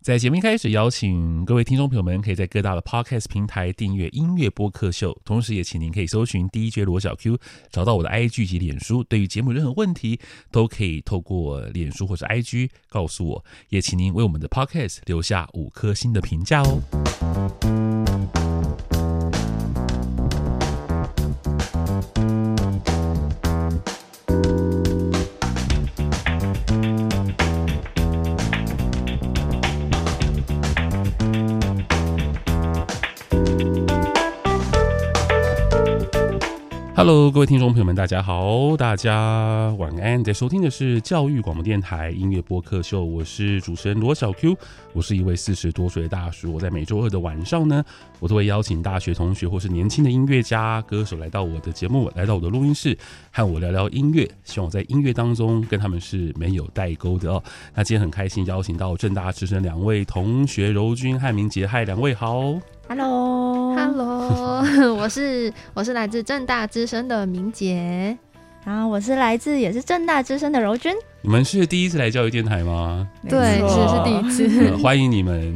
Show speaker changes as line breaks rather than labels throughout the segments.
在节目一开始，邀请各位听众朋友们可以在各大的 podcast 平台订阅音乐播客秀，同时也请您可以搜寻 DJ 罗小 Q，找到我的 IG 及脸书。对于节目任何问题，都可以透过脸书或者 IG 告诉我。也请您为我们的 podcast 留下五颗星的评价哦。Hello，各位听众朋友们，大家好，大家晚安。你在收听的是教育广播电台音乐播客秀，我是主持人罗小 Q，我是一位四十多岁的大叔。我在每周二的晚上呢，我都会邀请大学同学或是年轻的音乐家、歌手来到我的节目，来到我的录音室，和我聊聊音乐。希望我在音乐当中跟他们是没有代沟的哦。那今天很开心邀请到正大之声两位同学柔君和明杰，嗨，两位好。
Hello，
哦
Hello，我 是我是来自正大之声的明杰，
然后我是来自也是正大之声的柔君，
你们是第一次来教育电台吗？
对，
错
是是第一次，
呃欢迎你们。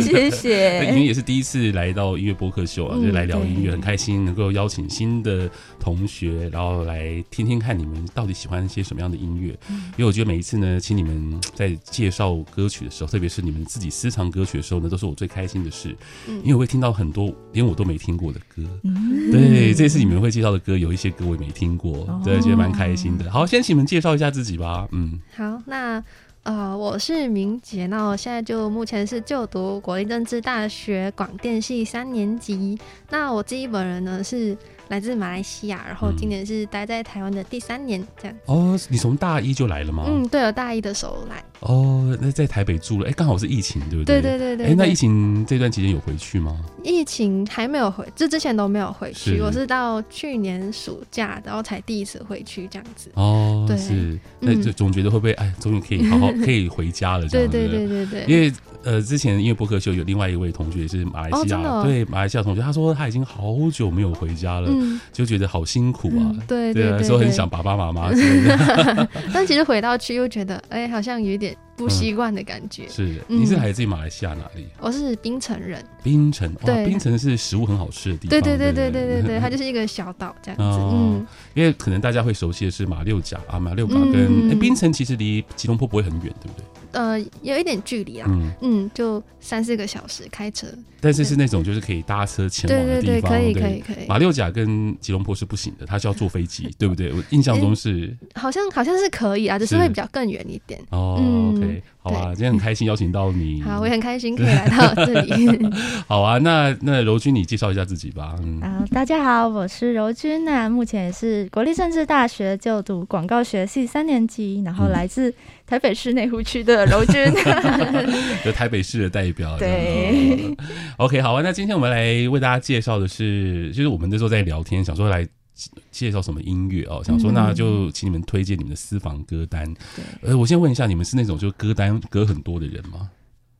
是 第一，谢
因
谢。
为也是第一次来到音乐播客秀啊，
哎嗯
就来聊音乐，
对
很开心能够邀请新的同学，然后来听听看你们到底喜欢一些什么样的音乐。因为我觉得每一次呢，请你们在介绍歌曲的时候，特别是你们自己私藏歌曲的时候呢，都是我最开心的事，
嗯
因为我会听到很多连我都没听过的歌。
嗯
对，这次你们会介绍的歌，有一些歌我也没听过
哦，
对，觉得蛮开心的。好，先请你们介绍一下自己吧。嗯，
好，那呃，我是明杰，那我现在就目前是就读国立政治大学广电系三年级。那我自己本人呢是来自马来西亚，然后今
嗯
年是待在台湾的第三年，这样。
哦，你从大一就来了吗？
嗯，对了，大一的时候来，
哦，那在台北住了，哎，刚好是疫情，对不
对对对对
哎，那
对
疫情这段期间有回去吗？
疫情还没有回，这之前都没有回去，
是
我是到去年暑假，然后才第一次回去这样子。
哦，
对
是，那
嗯
就总觉得会不会哎，终于可以好 好可以回家了这
对
样子。
对对对对，
因为呃，之前因为播客秀有另外一位同学也是马来
哦
西亚，
真的哦
对马来西亚同学，他说他已经好久没有回家了，
嗯，
就觉得好辛苦啊。
嗯
对
对啊，
对，
说很想爸爸妈妈之类 的。
对。 但其实回到去又觉得，哎、好像有一点不习惯的感觉。
是，
嗯
你是来自于马来西亚哪里？
我是槟城人，
槟城，哇，
对
槟城是食物很好吃的地方。
对对对
对
对
不
对对 对，它就是一个小岛这样子，
哦
嗯，
因为可能大家会熟悉的是马六甲啊，马六甲
嗯
跟
嗯
哎槟城其实离吉隆坡不会很远，对不对？
呃，有一点距离啊，
嗯，
嗯，就三四个小时开车，
但是是那种就是可以搭车前
对
往的
对对，
地方，
可以可以可以，
马六甲跟吉隆坡是不行的，它是要坐飞机，对不对？我印象中是
好像好像是可以啊，只是
是
会比较更远一点。
哦、
嗯
o k 好啊，今天很开心邀请到你，
好，我也很开心可以来到这里。
好啊，那那柔君你介绍一下自己吧，嗯，
啊，大家好，我是柔君那、目前也是国立政治大学就读广告学系三年级，然后
嗯
来自台北市内湖区的柔 君。
就台北市的代表，
对
这样子哦，OK，好啊，那今天我们来为大家介绍的是，就是我们那时候在聊天，想说来。介绍什么音乐哦？想说
嗯
那就请你们推荐你们的私房歌单。
对
呃，我先问一下，你们是那种就歌单歌很多的人吗？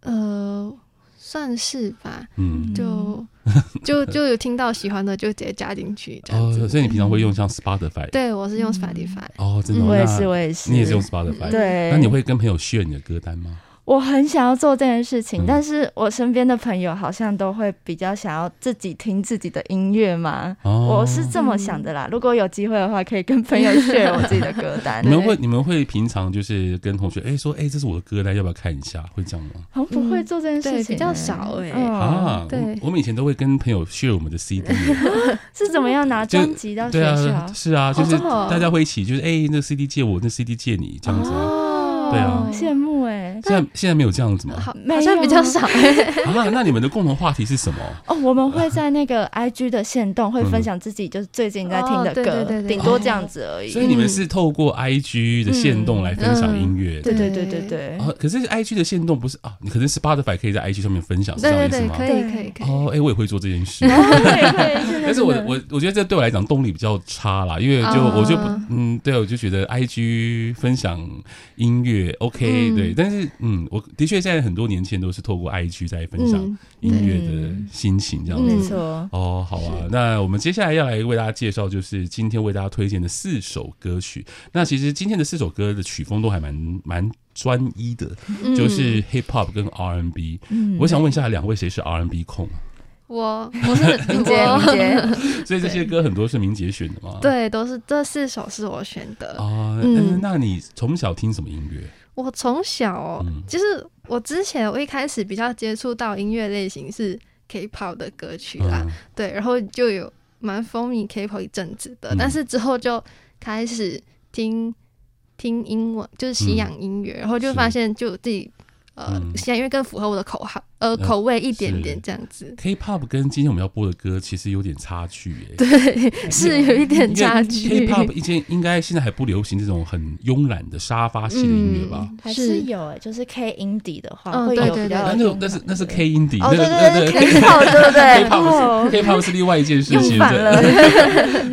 呃，算是吧，
嗯，
就就就有听到喜欢的就直接加进去这样
哦，
子。
所以你平常会用像 Spotify
对，我
嗯
是用 Spotify，
哦，真的哦、
我也
那
是，我也是，
你也是用 Spotify，
对
那你会跟朋友 share 你的歌单吗？
我很想要做这件事情，
嗯
但是我身边的朋友好像都会比较想要自己听自己的音乐嘛。
哦，
我是这么想的啦，如果有机会的话，可以跟朋友 share 我自己的歌单
你。们会你们会平常就是跟同学哎、说哎、这是我的歌单，要不要看一下？会这样吗？
好像不会做这件事情、
嗯对比较少欸
嗯
啊，
对
我我们以前都会跟朋友 share 我们的 CD，耶
是怎么样拿
就
专辑到学
对
校
啊，？是啊，就是
真的哦
大家会一起就是哎、那 CD 借我，那 CD 借你这样子啊。
哦
对啊
羡慕哎、
现在现在没有这样子吗？
好，
没
好像
有
比较少 欸。
啊，那你们的共同话题是什 么？
哦，我们会在那个 IG 的线动会分享自己就是最近在听的
哦对对对
歌，
对
顶多这样子而已。
所以你们是透过 IG
嗯
的线动来分享音乐、
对对对对
哎
对，
啊，可是 IG 的限动不是啊，你可能 Spotify 可以在 IG 上面分享，是这
对
样
对
意思
对，
吗？
可以可以可哦以。
哦，哎、我也会做这件 事，
对对，
但是我我我觉得这对我来讲动力比较差啦，因为就、
啊
我就不嗯，对，我就觉得 IG 分享音乐乐，OK，、
嗯
对。但是，嗯，我的确现在很多年轻人都是透过 IG 在分享
嗯，
音乐
对
的心情这样子。
没
嗯
错，
哦，好啊，那我们接下来要来为大家介绍，就是今天为大家推荐的四首歌曲。那其实今天的四首歌的曲风都还蛮蛮专一的，
嗯
嗯就是 hip hop 跟 R&B。
嗯
我想问一下，两位谁是 R&B 控啊？
我不是
明杰， 明
我，
杰，
所以这些歌很多是明杰选的吗？。
对，都是这四首是我选的。
啊，
嗯
嗯，那你从小听什么音乐？
我从小、哦
嗯，
就是我之前我一开始比较接触到音乐类型是 K-pop 的歌曲啦，
嗯，
对，啊然后就有蛮风靡 K-pop 一阵子的，
嗯
但是之后就开始听听英文，就是西洋音乐，然后就是发现就自己呃、
嗯
西洋音乐更符合我的口号呃
嗯
口味一点点
是
这样子，
K-pop 跟今天我们要播的歌其实有点差距耶、
对， 是有一点差
哎
距。
K-pop 已经应该现在还不流行这种很慵懒的沙发系的音乐吧？
嗯
还
是
是有哎，就是 K 音底的话
嗯
会
对
有
对
比
对
较
那
有
那
用
那是
感
那是
觉
K 音底，
哦
那
对
个
对
那
对
个
，K 泡对不对？
K-pop
哦
是 K-pop 是另外一件事情。
用反了，
对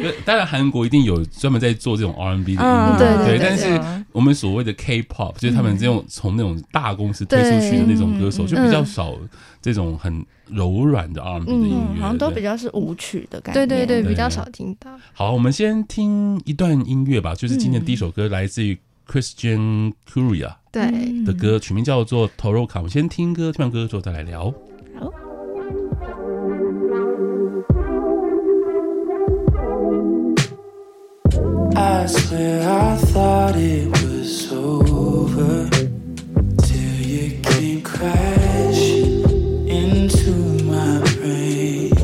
对 当然韩国一定有专门在做这种 R&B 的音乐，
嗯，
对
对
对
但
对
是我们所谓的 K-pop 就是他们这种从那种大公司推出去的那种歌手，
嗯对嗯
就比较少这种很柔软的 R&B 的音
嗯，
乐，
好像都
对
比较是舞曲的感觉，
对对对，
对
比较少听到。
好，我们先听一段音乐吧，就是今天的第一首歌来自于 Christian Curia
对，
嗯
的歌，曲名叫做《Toroka》。我们先听歌，听完歌之后再来聊。
I swear I thought it was over till you came crashing into my brain.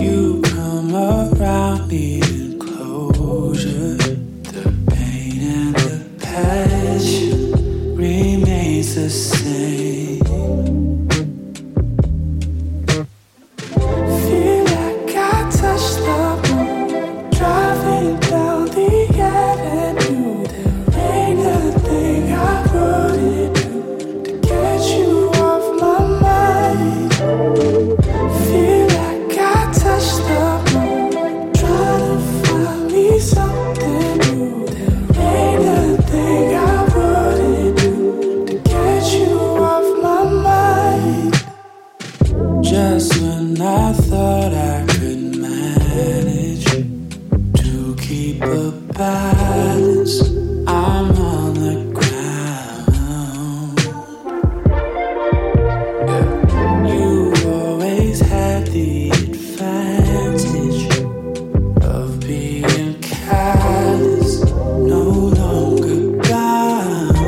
You come around needing closure. The pain and the passion remains the same. Feel like I touched the moon, driving down the avenue. There ain't a thing I wouldn't do to get you off my mind. Feel like I touched the moon, trying to find me something new. There ain't a thing I wouldn't do to get you off my mind. Just when I thought I could manage to keep a balance, I'm on the ground. Yeah. You always had the advantage of being callous, no longer bound.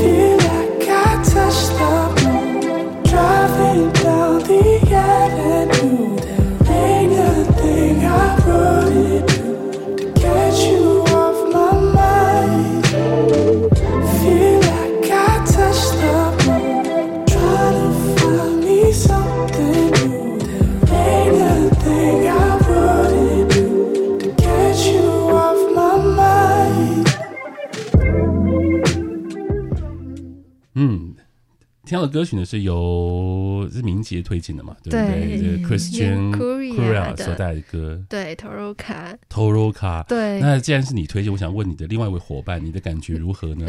Feel like I touched the moon, driving down the avenue. There ain't nothing I wouldn't do to get you off my mind. Feel like I touched the moon, trying to find me something new. There ain't nothing I wouldn't do to get you off my mind.
嗯，听到的歌曲呢是由是明杰推荐的嘛，对不对？
对
这个 Christian
Curia
Curia
的
所带的歌
对，Toroka，
《Toroka》。
对，
那既然是你推荐，我想问你的另外一位伙伴，你的感觉如何呢？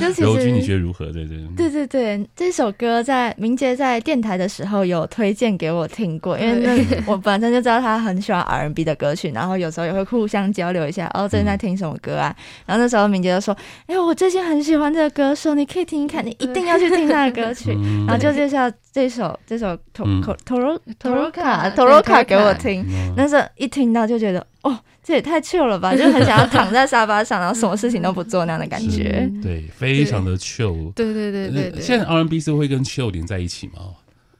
就其
柔君，你觉
实。
得如何？对对
对对对，这首歌在明杰在电台的时候有推荐给我听过，因为那我本身就知道他很喜欢 R&B 的歌曲，然后有时候也会互相交流一下，
嗯
哦，最近在听什么歌啊？然后那时候明杰就说：“哎、我最近很喜欢这个歌手，你可以听一看，你一定要去听他的歌曲。”
嗯
然后就介绍这首这首
嗯
Toro Toro Toroka
Toroka，对
Toroka
Toroka
给我听，
嗯
那时候一听到就觉得哦，这也太 chill 了吧，就很想要躺在沙发上，然后什么事情都不做那样的感觉。
是对，非常的 chill。
对对对对对，
现在 R&B 是会跟 chill 连在一起吗？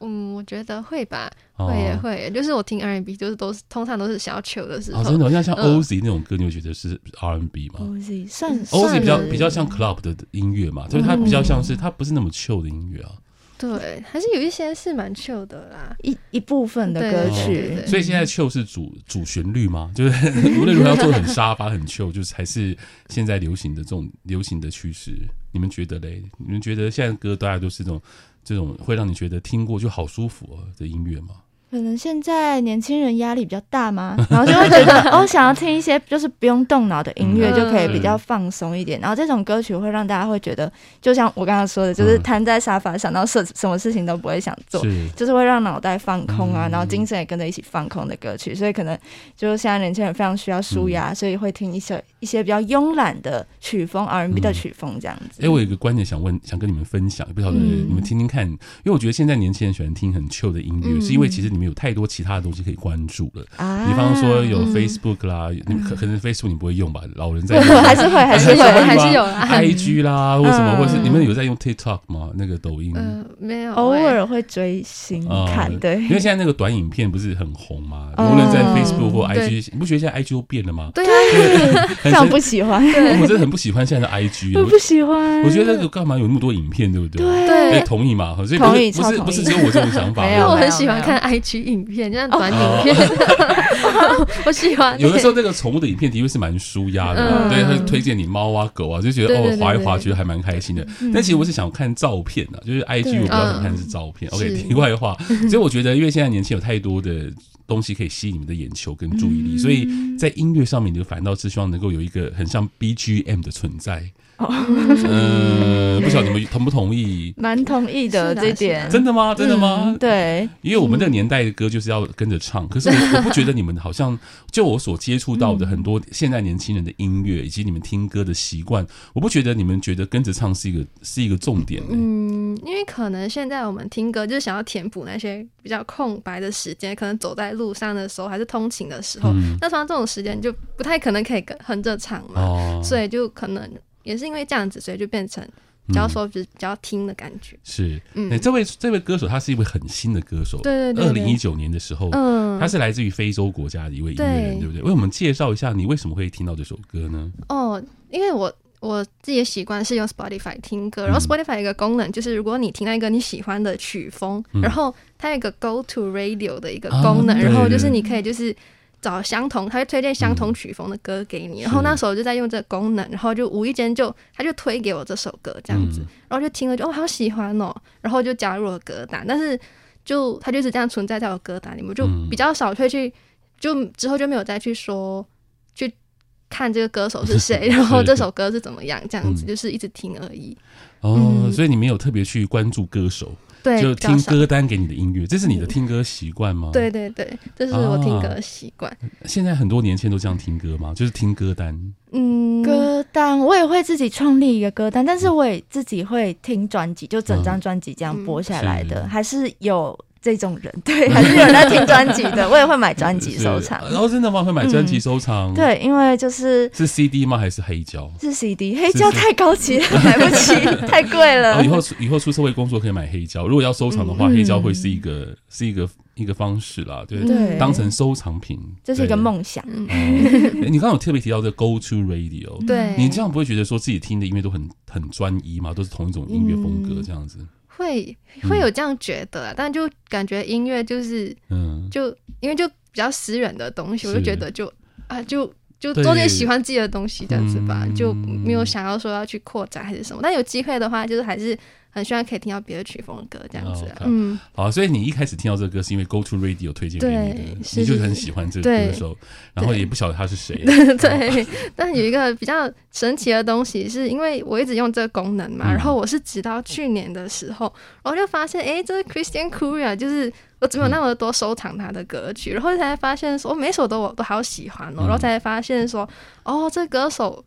嗯，我觉得会吧，
哦
会耶会耶，就是我听 R&B，就是都是通常都是想要求的时候
哦，，真的，那像
嗯
Oz 那种歌，你会觉得是 R&B 吗
Oz 算
？Oz
嗯算
比较
了
比较像 club 的音乐嘛，就是它比较像是它不是那么 chill 的音乐啊。
对，还是有一些是蛮 chill 的啦。
一一部分的
对
歌
对对
曲
对，
哦所以现在 chill 是主主旋律吗？ 就是无论如何要做得很沙发很 chill，就是还是现在流行的这种流行的趋势，你们觉得嘞？你们觉得现在歌大家都是这种这种会让你觉得听过就好舒服、哦、的音乐吗？
可能现在年轻人压力比较大 嘛，然后就会觉得哦，想要听一些就是不用动脑的音乐，
嗯
就可以比较放松一点。然后这种歌曲会让大家会觉得，就像我刚刚说的，就是
嗯
瘫在沙发上，然后什什么事情都不会想做，
是
就是会让脑袋放空啊，
嗯
然后精神也跟着一起放空的歌曲。所以可能就是现在年轻人非常需要舒
嗯
压，所以会听一些一些比较慵懒的曲风
嗯
，R&B 的曲风这样子。
哎、我有一个观点想问，想跟你们分享，不晓得
嗯
你们听听看，因为我觉得现在年轻人喜欢听很 chill 的音乐，
嗯
是因为其实你们有太多其他的东西可以关注了，
啊
比方说 有
嗯
Facebook 啦，你们可可能 Facebook 你不会用吧，老人在用
还是会还是
还是
会
会。
还是有啦。
IG 啦，或什么，
嗯
或是你们有在用 TikTok 吗？那个抖音。
呃，没有欸，
偶尔会追星
哦
看，对，
因为 现在那个短影片不是很红吗？
嗯
无论在 Facebook 或
嗯
IG，你不觉得现在 IG 都变了吗？
对啊，
很
非常
神
不喜欢，
我真的很不喜欢现在的 IG，
我
我
不喜欢。
我觉得那个干嘛有那么多影片，对不对？
对
哎、
对，
同意嘛？所以不
同
是
意
不
超
是
同
不是
意
只有我这种想法，
没
对
有
吧
我
没
很
有
喜欢
没有
看 IG 影片，就是短影片， 我喜欢。
哦有的时候那个宠物的影片的确是蛮舒压的嘛，
啊嗯
对，他推荐你猫啊狗啊，就觉得
对对
哦
对
滑一滑，
对
觉得还蛮开心的。
嗯
但其实我是想看照片的，就是 IG
对
我比较想看是照片。
嗯
OK，
是
题外话，所以我觉得因为现在年轻有太多的东西可以吸引你们的眼球跟注
嗯
意力，所以在音乐上面，你就反倒是希望能够有一个很像 BGM 的存在。
哦
嗯，不晓得你们同不同意？
蛮同意的
是啦
这点，
真的吗？真的吗
嗯？对，
因为我们这个年代的歌就是要跟着唱，可是 我我不觉得你们好像就我所接触
嗯
到的很多现在年轻人的音乐以及你们听歌的习惯，我不觉得你们觉得跟着唱是一个是一个重点、欸。
嗯，因为可能现在我们听歌就是想要填补那些比较空白的时间，可能走在路上的时候，还是通勤的时候，
嗯
那通常这种时间你就不太可能可以跟哼着唱嘛，
哦，
所以就可能也是因为这样子，所以就变成
嗯
比较说比较听的感觉。
是，
嗯
那、这位这位歌手他是一位很新的歌手，
对对对
二
对
零一九年的时候，
嗯，
他是来自于非洲国家的一位音乐人，
对
对不对？为我们介绍一下你为什么会听到这首歌呢？
哦，因为我我自己的习惯是用 Spotify 听歌，然后
嗯
Spotify 有一个功能就是，如果你听到一个你喜欢的曲风，
嗯
然后它有一个 Go to Radio 的一个
啊
功能，
对
然后
对
就是
对
你可以就是。找相同，它会推荐相同曲风的歌给你。然后
是
那时候我就在用这个功能，然后就无意间就他就推给我这首歌这样子，然后就听了就哦好喜欢哦，然后就加入了歌单。但是就它就是这样存在在我歌单里面，我就
嗯
比较少会去，就之后就没有再去说去看这个歌手是 谁，然后这首歌是怎么样，这样子
嗯
就是一直听而已。
哦，
嗯
所以你没有特别去关注歌手，
对，
就
比较
听
少。嗯
歌单给你的音乐，这是你的听歌习惯吗？
对对对，这是我听歌
啊
的习惯。
现在很多年轻人都这样听歌吗？就是听歌单，
嗯，
歌单我也会自己创立一个歌单，但是我也自己会听专辑，就整张专辑这样播下来
嗯
的，
嗯是
还是有这种人， 对，还是有人在听专辑的，我也会买专辑收藏
是。
嗯
然哦后真的吗？会买专辑收藏？，
对，因为就是
是 CD 吗？还是黑胶？
是 CD，黑胶太高级了，买不 起，太贵
然
了
哦后以。后出以后出社会工作可以买黑胶，如果要收藏的话，
呃嗯
黑胶会是一个是一个一个方式啦，对，
对，
当成收藏品，
这是一个
对。
梦想。
嗯
哦，诶你刚刚有特别提到这 Go to Radio，
嗯
对，
你这样不会觉得说自己听的音乐都很很专一嘛，都是同一种音乐风格
嗯
这样子，
会
嗯
会有这样觉得啊，但就感觉音乐就是
嗯，
就因为就比较私人的东西，我就是觉得就啊就。就
对
做点喜欢自己的东西这样子吧，
嗯
就没有想要说要去扩展还是什么。但有机会的话，就是还是很希望可以听到别的曲风的歌这样子
哦
啊。
，OK
嗯，
好，所以你一开始听到这个歌是因为 Go to Radio 推荐给你的
对，
你
是
就是很
是
喜欢这个歌
对
手，然后
对
也不晓得他是谁， 哦
对，但有一个比较神奇的东西，是因为我一直用这个功能嘛，
嗯
然后我是直到去年的时候，我就发现，诶，这个 Christian Curia 就是我
嗯
怎么有那么多收藏他的歌曲，然后才发现说，哦每首都我都好喜欢哦，
嗯
然后才发现说，哦，这歌手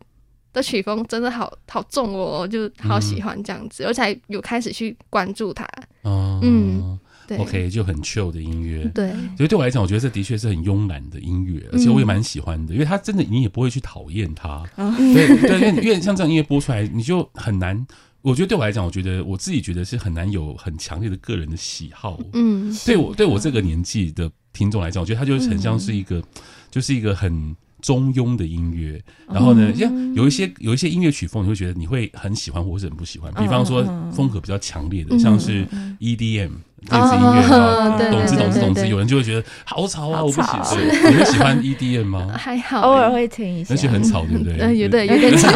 的曲风真的好好重哦，我就好
嗯
喜欢这样子，而且有开始去关注他，
哦，
嗯对
OK，就很 chill 的音乐。
对，
所以对我来讲，我觉得这的确是很慵懒的音乐，而且
嗯
我也蛮喜欢的，因为它真的你也不会去讨厌它。
嗯
对对，因为因为像这样音乐播出来，你就很难。我觉得对我来讲，我觉得我自己觉得是很难有很强烈的个人的喜好。
嗯，
对我对我这个年纪的听众来讲，我觉得它就是很像是一
嗯
个，就是一个很中庸的音乐。
嗯
然后呢，像有一些有一些音乐曲风，你会觉得你会很喜欢或者很不喜欢。比方说
嗯嗯嗯
风格比较强烈的，
嗯
像是 EDM，电子音乐啊，
哦对
懂之
对
懂之
对
懂之，
对
有人就会觉得好吵啊，
好
我不
吵
喜欢。你们喜欢 E EDM 吗？
还好欸，
偶尔会听一下
而，啊且很吵，对不对？
嗯，有 点有点吵，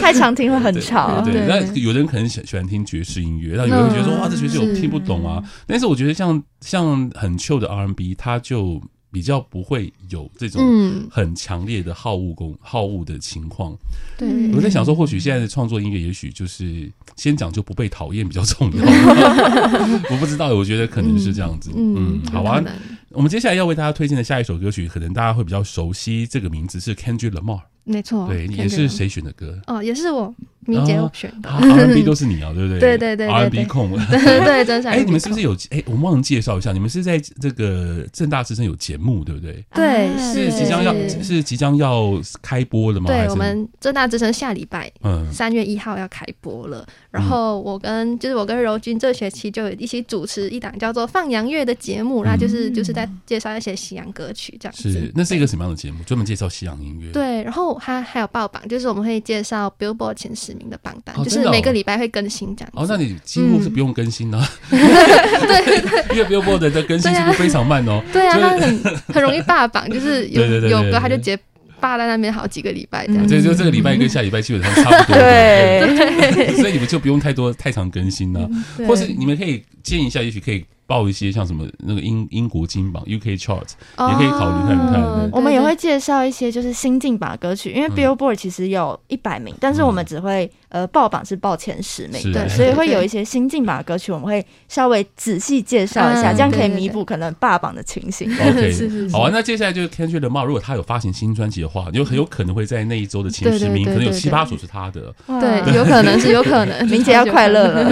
太常听会很
对
吵。
对，
对
那有人可能喜喜欢听爵士音乐，那有人觉得说
嗯
哇，这爵士我
是
听不懂
嗯
啊。但是我觉得像像很旧的 R&B，它就比较不会有这种
嗯，
很强烈的好恶功好恶的情况。
对，
嗯
我在想说，或许现在的创作音乐，也许就是先讲就不被讨厌比较重 要。我不知道，我觉得可能是这样子。嗯，好啊
有可。能
我们接下来要为大家推荐的下一首歌曲，可能大家会比较熟悉，这个名字是 Kendrick Lamar，
没错，
对，
天
也是
真
谁选的 歌？
哦，也是我明姐
哦
选 的，
啊 R&B 都是你啊，对不对？
对对对对 对
R&B 控。
对，真是
哎，你们是不是有？哎，我们忘了介绍一下，你们是在这个正大之声有节目，对不对？
对
啊
对
是即将要
是
是即将要开播了吗？还
对
是
我们正大之声下礼拜
嗯
三月一号要开播了，然后我跟就是我跟柔君这学期就有一起主持一档叫做放羊乐的节目，那就是就是在介绍一些西洋歌曲这样子。
嗯是那是一个什么样的节目？专门介绍西洋音乐？
对，然后还还有报榜，就是我们会介绍 Billboard 前十名的榜单，
哦
就
真
是
的哦
每个礼拜会更新这样子。
哦，那你几乎是不用更新 了， 因为 Billboard 的更新
对
速
啊
度非常慢哦。
对啊，
就是
他很 很容易霸榜，就是有
对对对对
有
对
歌
对
他就直接霸在那边好几个礼拜这样
嗯
子。
这就这个礼拜跟下礼拜基本上差不多，
对
不对， 所以你们就不用太多太常更新了，
嗯
对
或是你们可以建议一下，也许可以报一些像什么那个英英国金榜 UK Chart，也可以考虑看看
哦
对
我们也会介绍一些就是新进榜的歌曲，因为
嗯
Billboard 其实有一百名，但是我们只会呃报榜是报前十名的，
是
所以会有一些新进榜的歌曲，我们会稍微仔细介绍一下，
嗯
这样可以
对对对
弥补可能霸榜的情形。
OK，
是是是
好啊，那接下来就是 Kendrick Lamar，如果他有发行新专辑的话，有很有可能会在那一周的前十名，可
对对对
能有
对
七八首是他的。
对，有可能是有可能。
明姐要快乐了。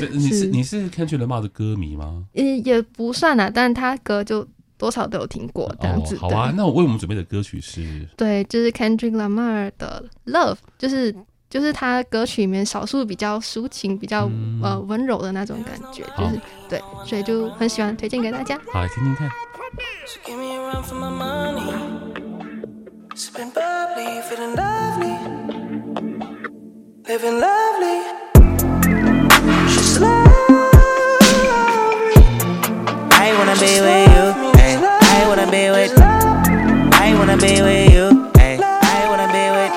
这你是
是
你是 Kendrick Lamar 的歌迷吗？
嗯， 也不算啦，但他歌就多少都有听过这样
哦
子。，
好啊，
对
那我为我们准备的歌曲是
对，就是 Kendrick Lamar 的《Love》，就是就是他歌曲里面少数比较抒情、比较、
嗯
呃温柔的那种感觉，
好
就是对，所以就很喜欢，推荐给大家。
好来听听看。
So give me a run for my money. Sipping bubbly, feeling lovely. Living lovely. She's lovely.
I wanna be with you. Ay, I wanna be with. I wanna be with you. Ay, I wanna be with.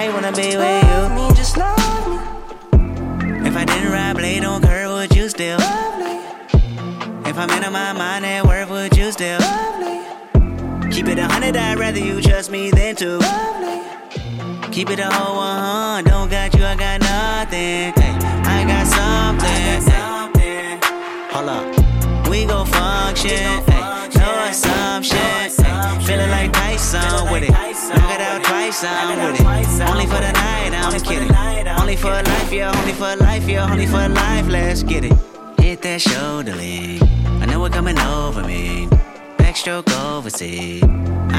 I wanna be with
Love
you.
me, just love me,
If I didn't ride blade on curve, would you still?
lovely,
If I'm in my mind at work, would you still?
lovely,
Keep it a hundred, I'd rather you trust me than to.
lovely.
Keep it a whole one, don't got you, I got nothing. Ay, I got something. ay. Hold up. We go function, ay, no assumption. ay. Feeling like Tyson with it. Knock it out twice, I'm with it. Only for the night, I'm kidding. Only for life, yeah, only for life, yeah, only for life, let's get it. Hit that shoulder lean. I know what coming over me. Backstroke overseas.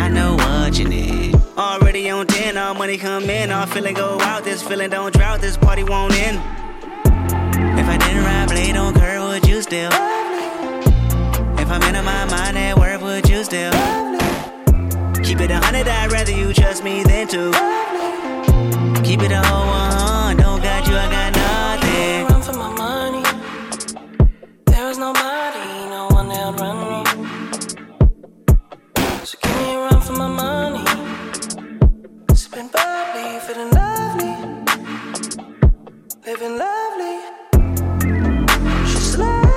I know what you need. Already on 10, all money come in, all feeling go out. This feeling don't drought, this party won't end. If I didn't ride blade on curve, would you still? If I'm in my mind at work, would you still? Keep it a hundred, I'd rather you trust me than to. Keep it a whole one, don't got you, I got
I
nothing.
run for my money. There is nobody, no one that'll run me. So give me a run for my money. Sipping bubbly, feeling lovely, living lovely. She's lovely.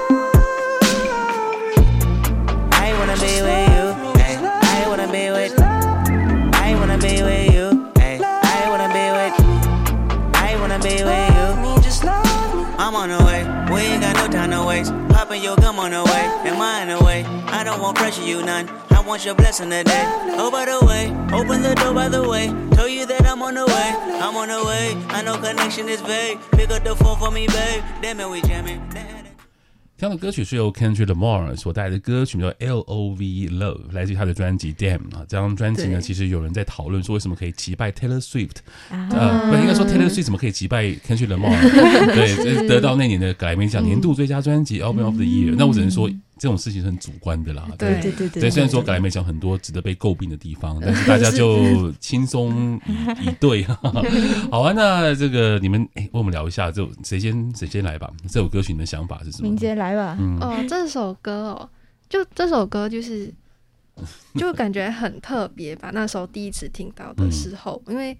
I wanna be with you, ay. I wanna be with, I wanna be with you, ay. I wanna be with, I wanna be with you.
Love me, just love me.
I'm on the way. We ain't got no time to waste. Popping your gum on the way, and mine away. I don't want pressure, you none. I want your blessing today. Oh, by the way, open the door, by the way. Tell you that I'm on the way. I'm on the way. I know connection is vague. Pick up the phone for me, babe. Damn it, we jamming.
听到的歌曲是由 Kendrick Lamar 所带来的歌曲，叫 L O V Love，来自于他的专辑 Damn 啊。这张专辑呢，
对
其实有人在讨论说，为什么可以击败 Taylor Swift？
啊
呃，不应该说 Taylor Swift 怎么可以击败
嗯
Kendrick Lamar？对，这是得到那年的格莱美奖年度最佳专辑 Album of the Year。那我只能说，这种事情是很主观的啦。
对
对对对
对，
对，
虽然说格莱美奖很多值得被诟病的地方，但是 大家就轻松以以对啊。 好啊，那这个你们哎，为我们聊一下，就谁先谁先来吧。这首歌曲你们的想法是什么
明？杰来吧，
嗯，
哦，这首歌哦，就这首 歌就是，就感觉很特别吧。那时候第一次听到的时候，
嗯
因为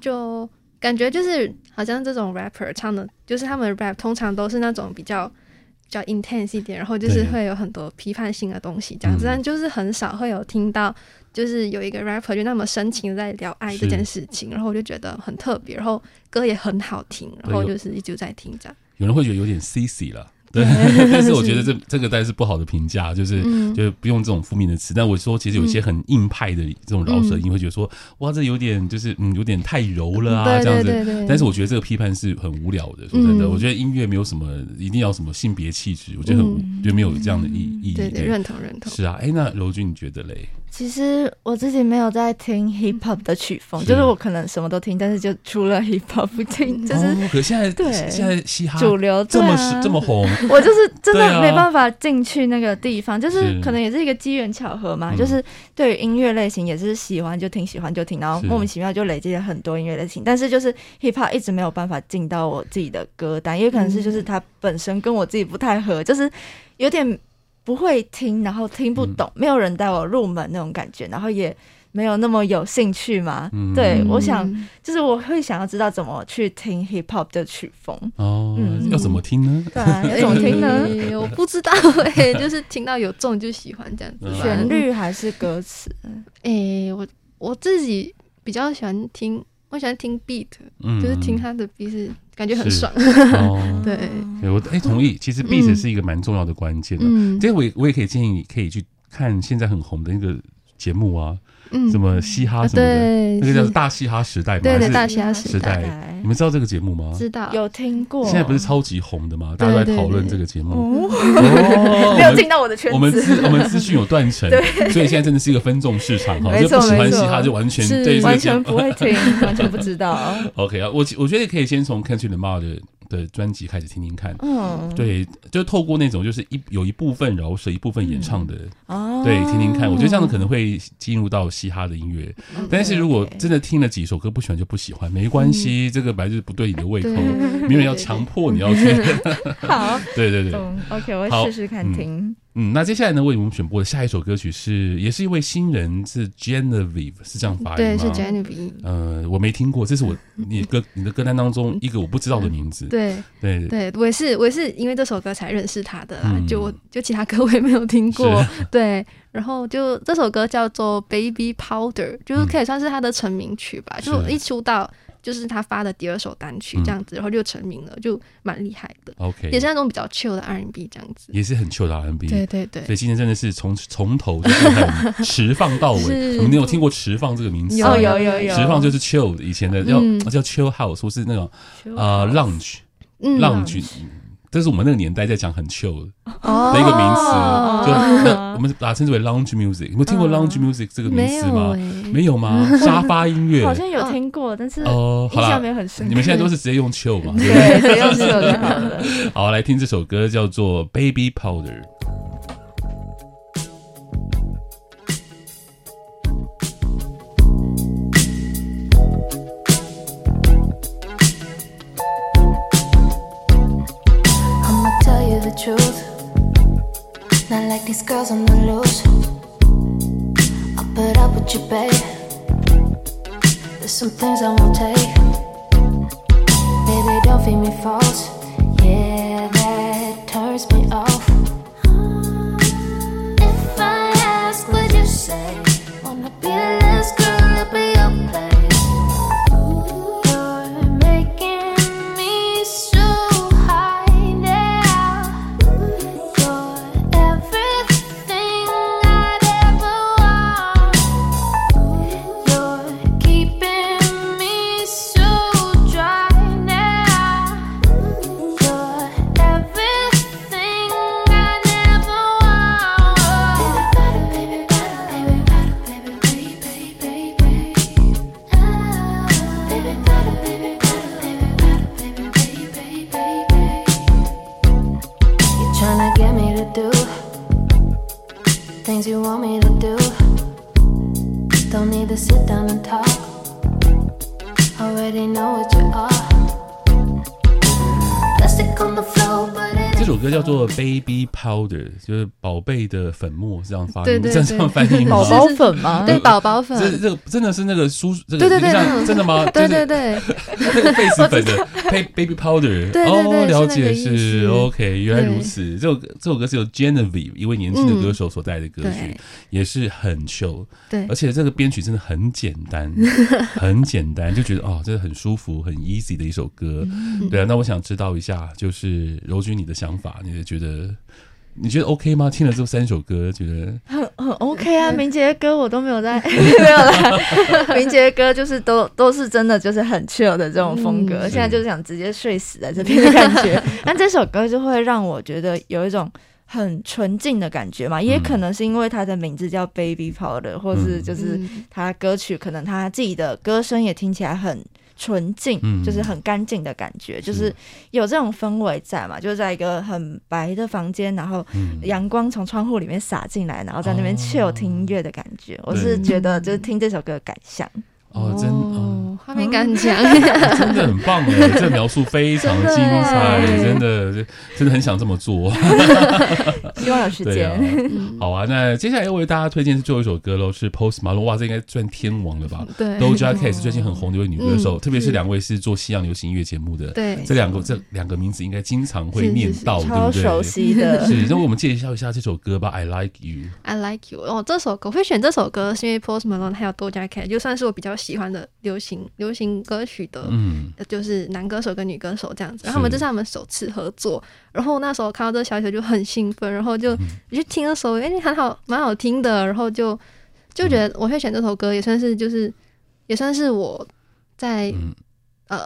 就感觉就是好像这种 rapper 唱的，就是他们 rap 通常都是那种比较比较 intense 一点，然后就是
对
会有很多批判性的东西这样子，
嗯
但就是很少会有听到。就是有一个 rapper 就那么深情地在聊爱这件事
嗯
情，然后我就觉得很特别，然后歌也很好听，然后
有
就是一直在听这样。
有人会觉得有点 CC 了，对， 但是我觉得这这个当然是不好的评价，就是。
嗯，
就不用这种负面的词，但我说其实有一些很硬派的这种饶舌
嗯
音，会觉得说哇，这有点就是嗯，有点太柔了啊，
对
这样
对
子。
对对。
但是我觉得这个批判是很无聊的，说真的，
嗯
我觉得音乐没有什么一定要什么性别气质，我觉得很无就没有这样的意意义。
嗯对对，认同认同。
是啊，哎，那柔君你觉得嘞？
其实我自己没有在听 hip hop 的曲风，
是
就是我可能什么都听，但是就除了 hip hop 不听，就是
哦，可现在
对
现在嘻哈
主流
这么
对啊
是这么红，
我就是真
对啊
的没办法进去那个地方，就是
是
可能也是一个机缘巧合嘛，
嗯
就是对于音乐类型也是喜欢就听，喜欢就听，然后
是
莫名其妙就累积了很多音乐类型，但是就是 hip hop 一直没有办法进到我自己的歌单，也可能是就是它本身跟我自己不太合，就是有点不会听，然后听不
嗯
懂，没有人带我入门那种感觉，然后也没有那么有兴趣嘛。
嗯
对，我想
嗯
就是我会想要知道怎么去听 hip hop 的曲风，
哦，
嗯
要怎么听呢？
对、啊，要怎么 听呢？
哎我不知道哎、 就是听到有中就喜欢这样
嗯
子吧。
旋律还是歌词？
哎、我我自己比较喜欢听，我喜欢听 beat，
嗯，
就是听他的 beat 是感觉很
是
爽。
哦，
对，
对我哎同意，其实 beat 是一个蛮重要的关键的。
嗯
这我也我也可以建议你可以去看现在很红的那个节目啊，
嗯
什么嘻哈
啊
什么的，
对，
那个叫
是
大嘻哈时代嘛，
对
还
对
是
大嘻哈
时
时
代你们知道这个节目吗？
知道
有听过？
现在不是超级红的吗？大
对
家都在讨论这个节目。
哦，
哦，
没有进到我的圈
我们
子，
资我们资讯有断层， 所以现在真的是一个分众市场哈，
没
就
错
不喜欢
没
嘻
错
哈就完全
是
对这个
完
节
全
目
不会听， 完全不知道。
OK 啊。我我觉得可以先从 Country Lamar 的的专辑开始听听看。
嗯，
对，就透过那种就是一有一部分饶舌，一部分演
嗯
唱的，
哦，
对，听听看。我觉得这样子
哦
可能会进入到嘻哈的音乐。
嗯，
但是如果
对
真的听了几首歌不喜欢就不喜欢，没关系，这个本来就是不对你的胃口，
嗯对
没有人要强迫你要去。
好，
对对对，
懂，OK，我
好
会试试看
嗯
听。
嗯，那接下来呢，为我们选播的下一首歌曲是，也是一位新人，是 Genevieve，是这样发音
对
吗？
是 Genevieve，
呃，我没听过，这是我你歌你的歌单当中一个我不知道的名字。
对
对
对，我也是我也是因为这首歌才认识他的啦，
嗯
就我就其他歌我也没有听过，
是
对，然后就这首歌叫做《Baby Powder》，就是可以算是他的成名曲吧。
是
就一出道就是他发的第二首单曲
嗯
这样子，然后就成名了，就蛮厉害的，
，OK，
也是那种比较 chill 的 R&B 这样子。
也是很 chill 的 R&B。
对对对
所，以今天真的是从从头就是很持放到尾。
是
你们有听过持放这个名词吗？
哦，有有有，
持放就是 chill 以前的叫
嗯
叫 chill house，或是那种呃 lounge
嗯
lounge，这是我们那个年代在讲很 chill 的
哦
的一个名词，
哦
就 那我们把它称之为 lounge music。你们听过 lounge music 这个名
没
词
有
吗？
哎，
没有吗？ 沙发音乐
好像有听过，但是印
哦，好啦
象没，有很深。
你们现在都是直接用 chill 嘛？对不对
对，只用是有就好 了。
好，来听这首歌叫做《Baby Powder》。
I'ma tell you the truth. Not like these girls on the loose. I'll put up with you, babe. There's some things I won't take. Baby, don't feed me false. Yeah, that turns me off. If I ask, would you say? Wanna be the last girl at your place? You're making me so high now. You're everything I'd ever want. You're keeping me so dry now. you want me to do. Don't need to sit down and talk. Already know what you are. Plastic on the floor, but it
这首歌叫做 Baby Powder，就是宝贝的粉末，是这样发音，
对对
这样这
对
样翻译吗
宝？宝粉吗？
对宝宝粉，
这这个真的是那个叔，这个
对对对
就像
那种
真的吗？
对对对，
就是那个 face 粉的 ba- Baby Powder，
对对对
哦，了
是那
解
个意思
是 OK，原来如
对嗯
此。这首歌这首歌是由 Genevieve 一位年轻的歌手所带的歌曲
对，
也是很 chill，
对
而且这个编曲真的很简 单，很简单，就觉得哦，真的很舒服、很 easy 的一首歌。对啊，那我想知道一下，就是柔君你的想法，你也觉得你觉得 OK 吗？听了这三首歌，觉得
很很 OK 啊，明杰的歌我都没有在没有啦，明杰的歌就是都都是真的就是很 chill 的这种风格，
嗯
现在就是想直接睡死在这边的感觉。 但这首歌就会让我觉得有一种很纯净的感觉嘛，也可能是因为它的名字叫 Baby Powder，或是
嗯
就是
嗯
它歌曲可能它自己的歌声也听起来很。纯净
嗯，
就是很干净的感觉，就是是有这种氛围在嘛，就是在一个很白的房间，然后
嗯，
阳光从窗户里面洒进来，然后在那边
哦
chill 听音乐的感觉，我是
对
觉得就是听这首歌的感想，
哦，真哦。
哦画面感 很强，
真的很棒哎，这描述非常精彩， 真
真
的真的很想这么做。
希望有时
对
间。
啊，
嗯
好啊，那接下来要为大家推荐是最后一首歌喽，是 Post Malone，哇，这应该算天王了吧
对
？Doja Cat 是最近很红的一位女歌手，特别嗯是两位是做西洋流行音乐节目的，
对
这两个这两个名字应该经常会
是是
念
是
到，对
超
不
熟
对？
悉的，
是，那我们介绍一下这首歌吧，I Like You。
I like you。哦，这首歌我会选这首歌，是因为 Post Malone 还有 Doja Cat 就算是我比较喜欢的流行流行歌曲的，
嗯，
呃就是男歌手跟女歌手这样子。
是
然后他们这是他们首次合作，然后那时候看到这消息就很兴奋，然后
嗯
就就听了首，哎，很好，蛮好听的，然后就就
嗯
觉得我会选这首歌，也算是就是也算是我在、
嗯
呃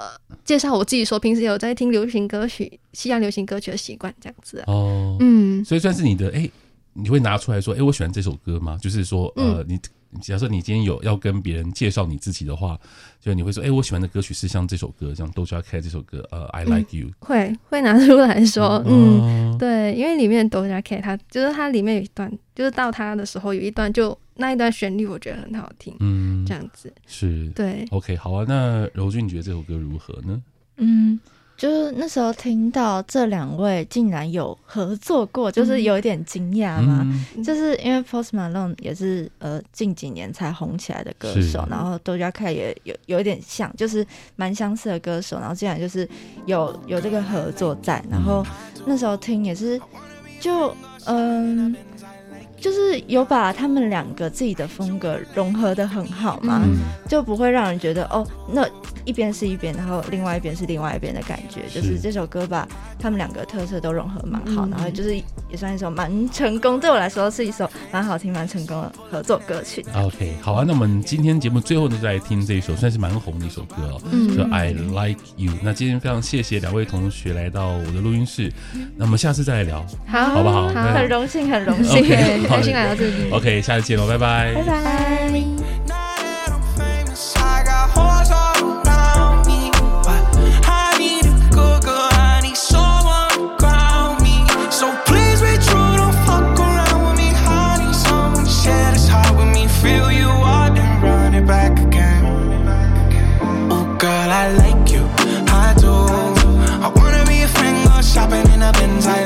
介绍我自己说，平时有在听流行歌曲、西洋流行歌曲的习惯这样子、啊。
哦，
嗯，
所以算是你的哎、你会拿出来说，哎、我喜欢这首歌吗？就是说，呃，
嗯
你假设你今天有要跟别人介绍你自己的话，就你会说，哎、我喜欢的歌曲是像这首歌，像 Doja Cat 这首歌，呃，I Like You，
会会拿出来说，嗯
哦，
对，因为里面 Doja Cat 它就是它里面有一段，就是到它的时候有一段就那一段旋律，我觉得很好听，
嗯
这，样子。
是
对，
，OK，好啊。那柔君，你觉得这首歌如何呢？
嗯，就是那时候听到这两位竟然有合作过，就是有一点惊讶嘛。
嗯，
就是因为 Post Malone 也是呃近几年才红起来的歌
是
手，然后 Doja Cat 也有有一点像，就是蛮相似的歌手，然后竟然就是有有这个合作在，然后
嗯
那时候听也是就嗯。就是有把他们两个自己的风格融合的很好嘛，
嗯
就不会让人觉得哦，那一边是一边，然后另外一边是另外一边的感觉。
是
就是这首歌把他们两个特色都融合蛮好，
嗯
然后就是也算一首蛮成功，对我来说是一首蛮好听、蛮成功的合作歌曲。
OK，好啊。那我们今天节目最后呢，就来听这一首算是蛮红的一首歌哦，
嗯
叫 I Like You。那今天非常谢谢两位同学来到我的录音室，那我们下次再来聊。
好，
好不好那
很荣幸，很荣幸。
OK，
对，开心来到这里。
OK，下次见哦喽，拜拜。
拜拜。
Now that I'm famous, I got hoes all around me. But I need a good girl, I need someone to ground me. So please be true, don't fuck around with me. I need someone to share this heart with me. Fill you up and run it back again. Oh, girl, I like you, I do. I wanna be a friend, go shopping in a Benz, I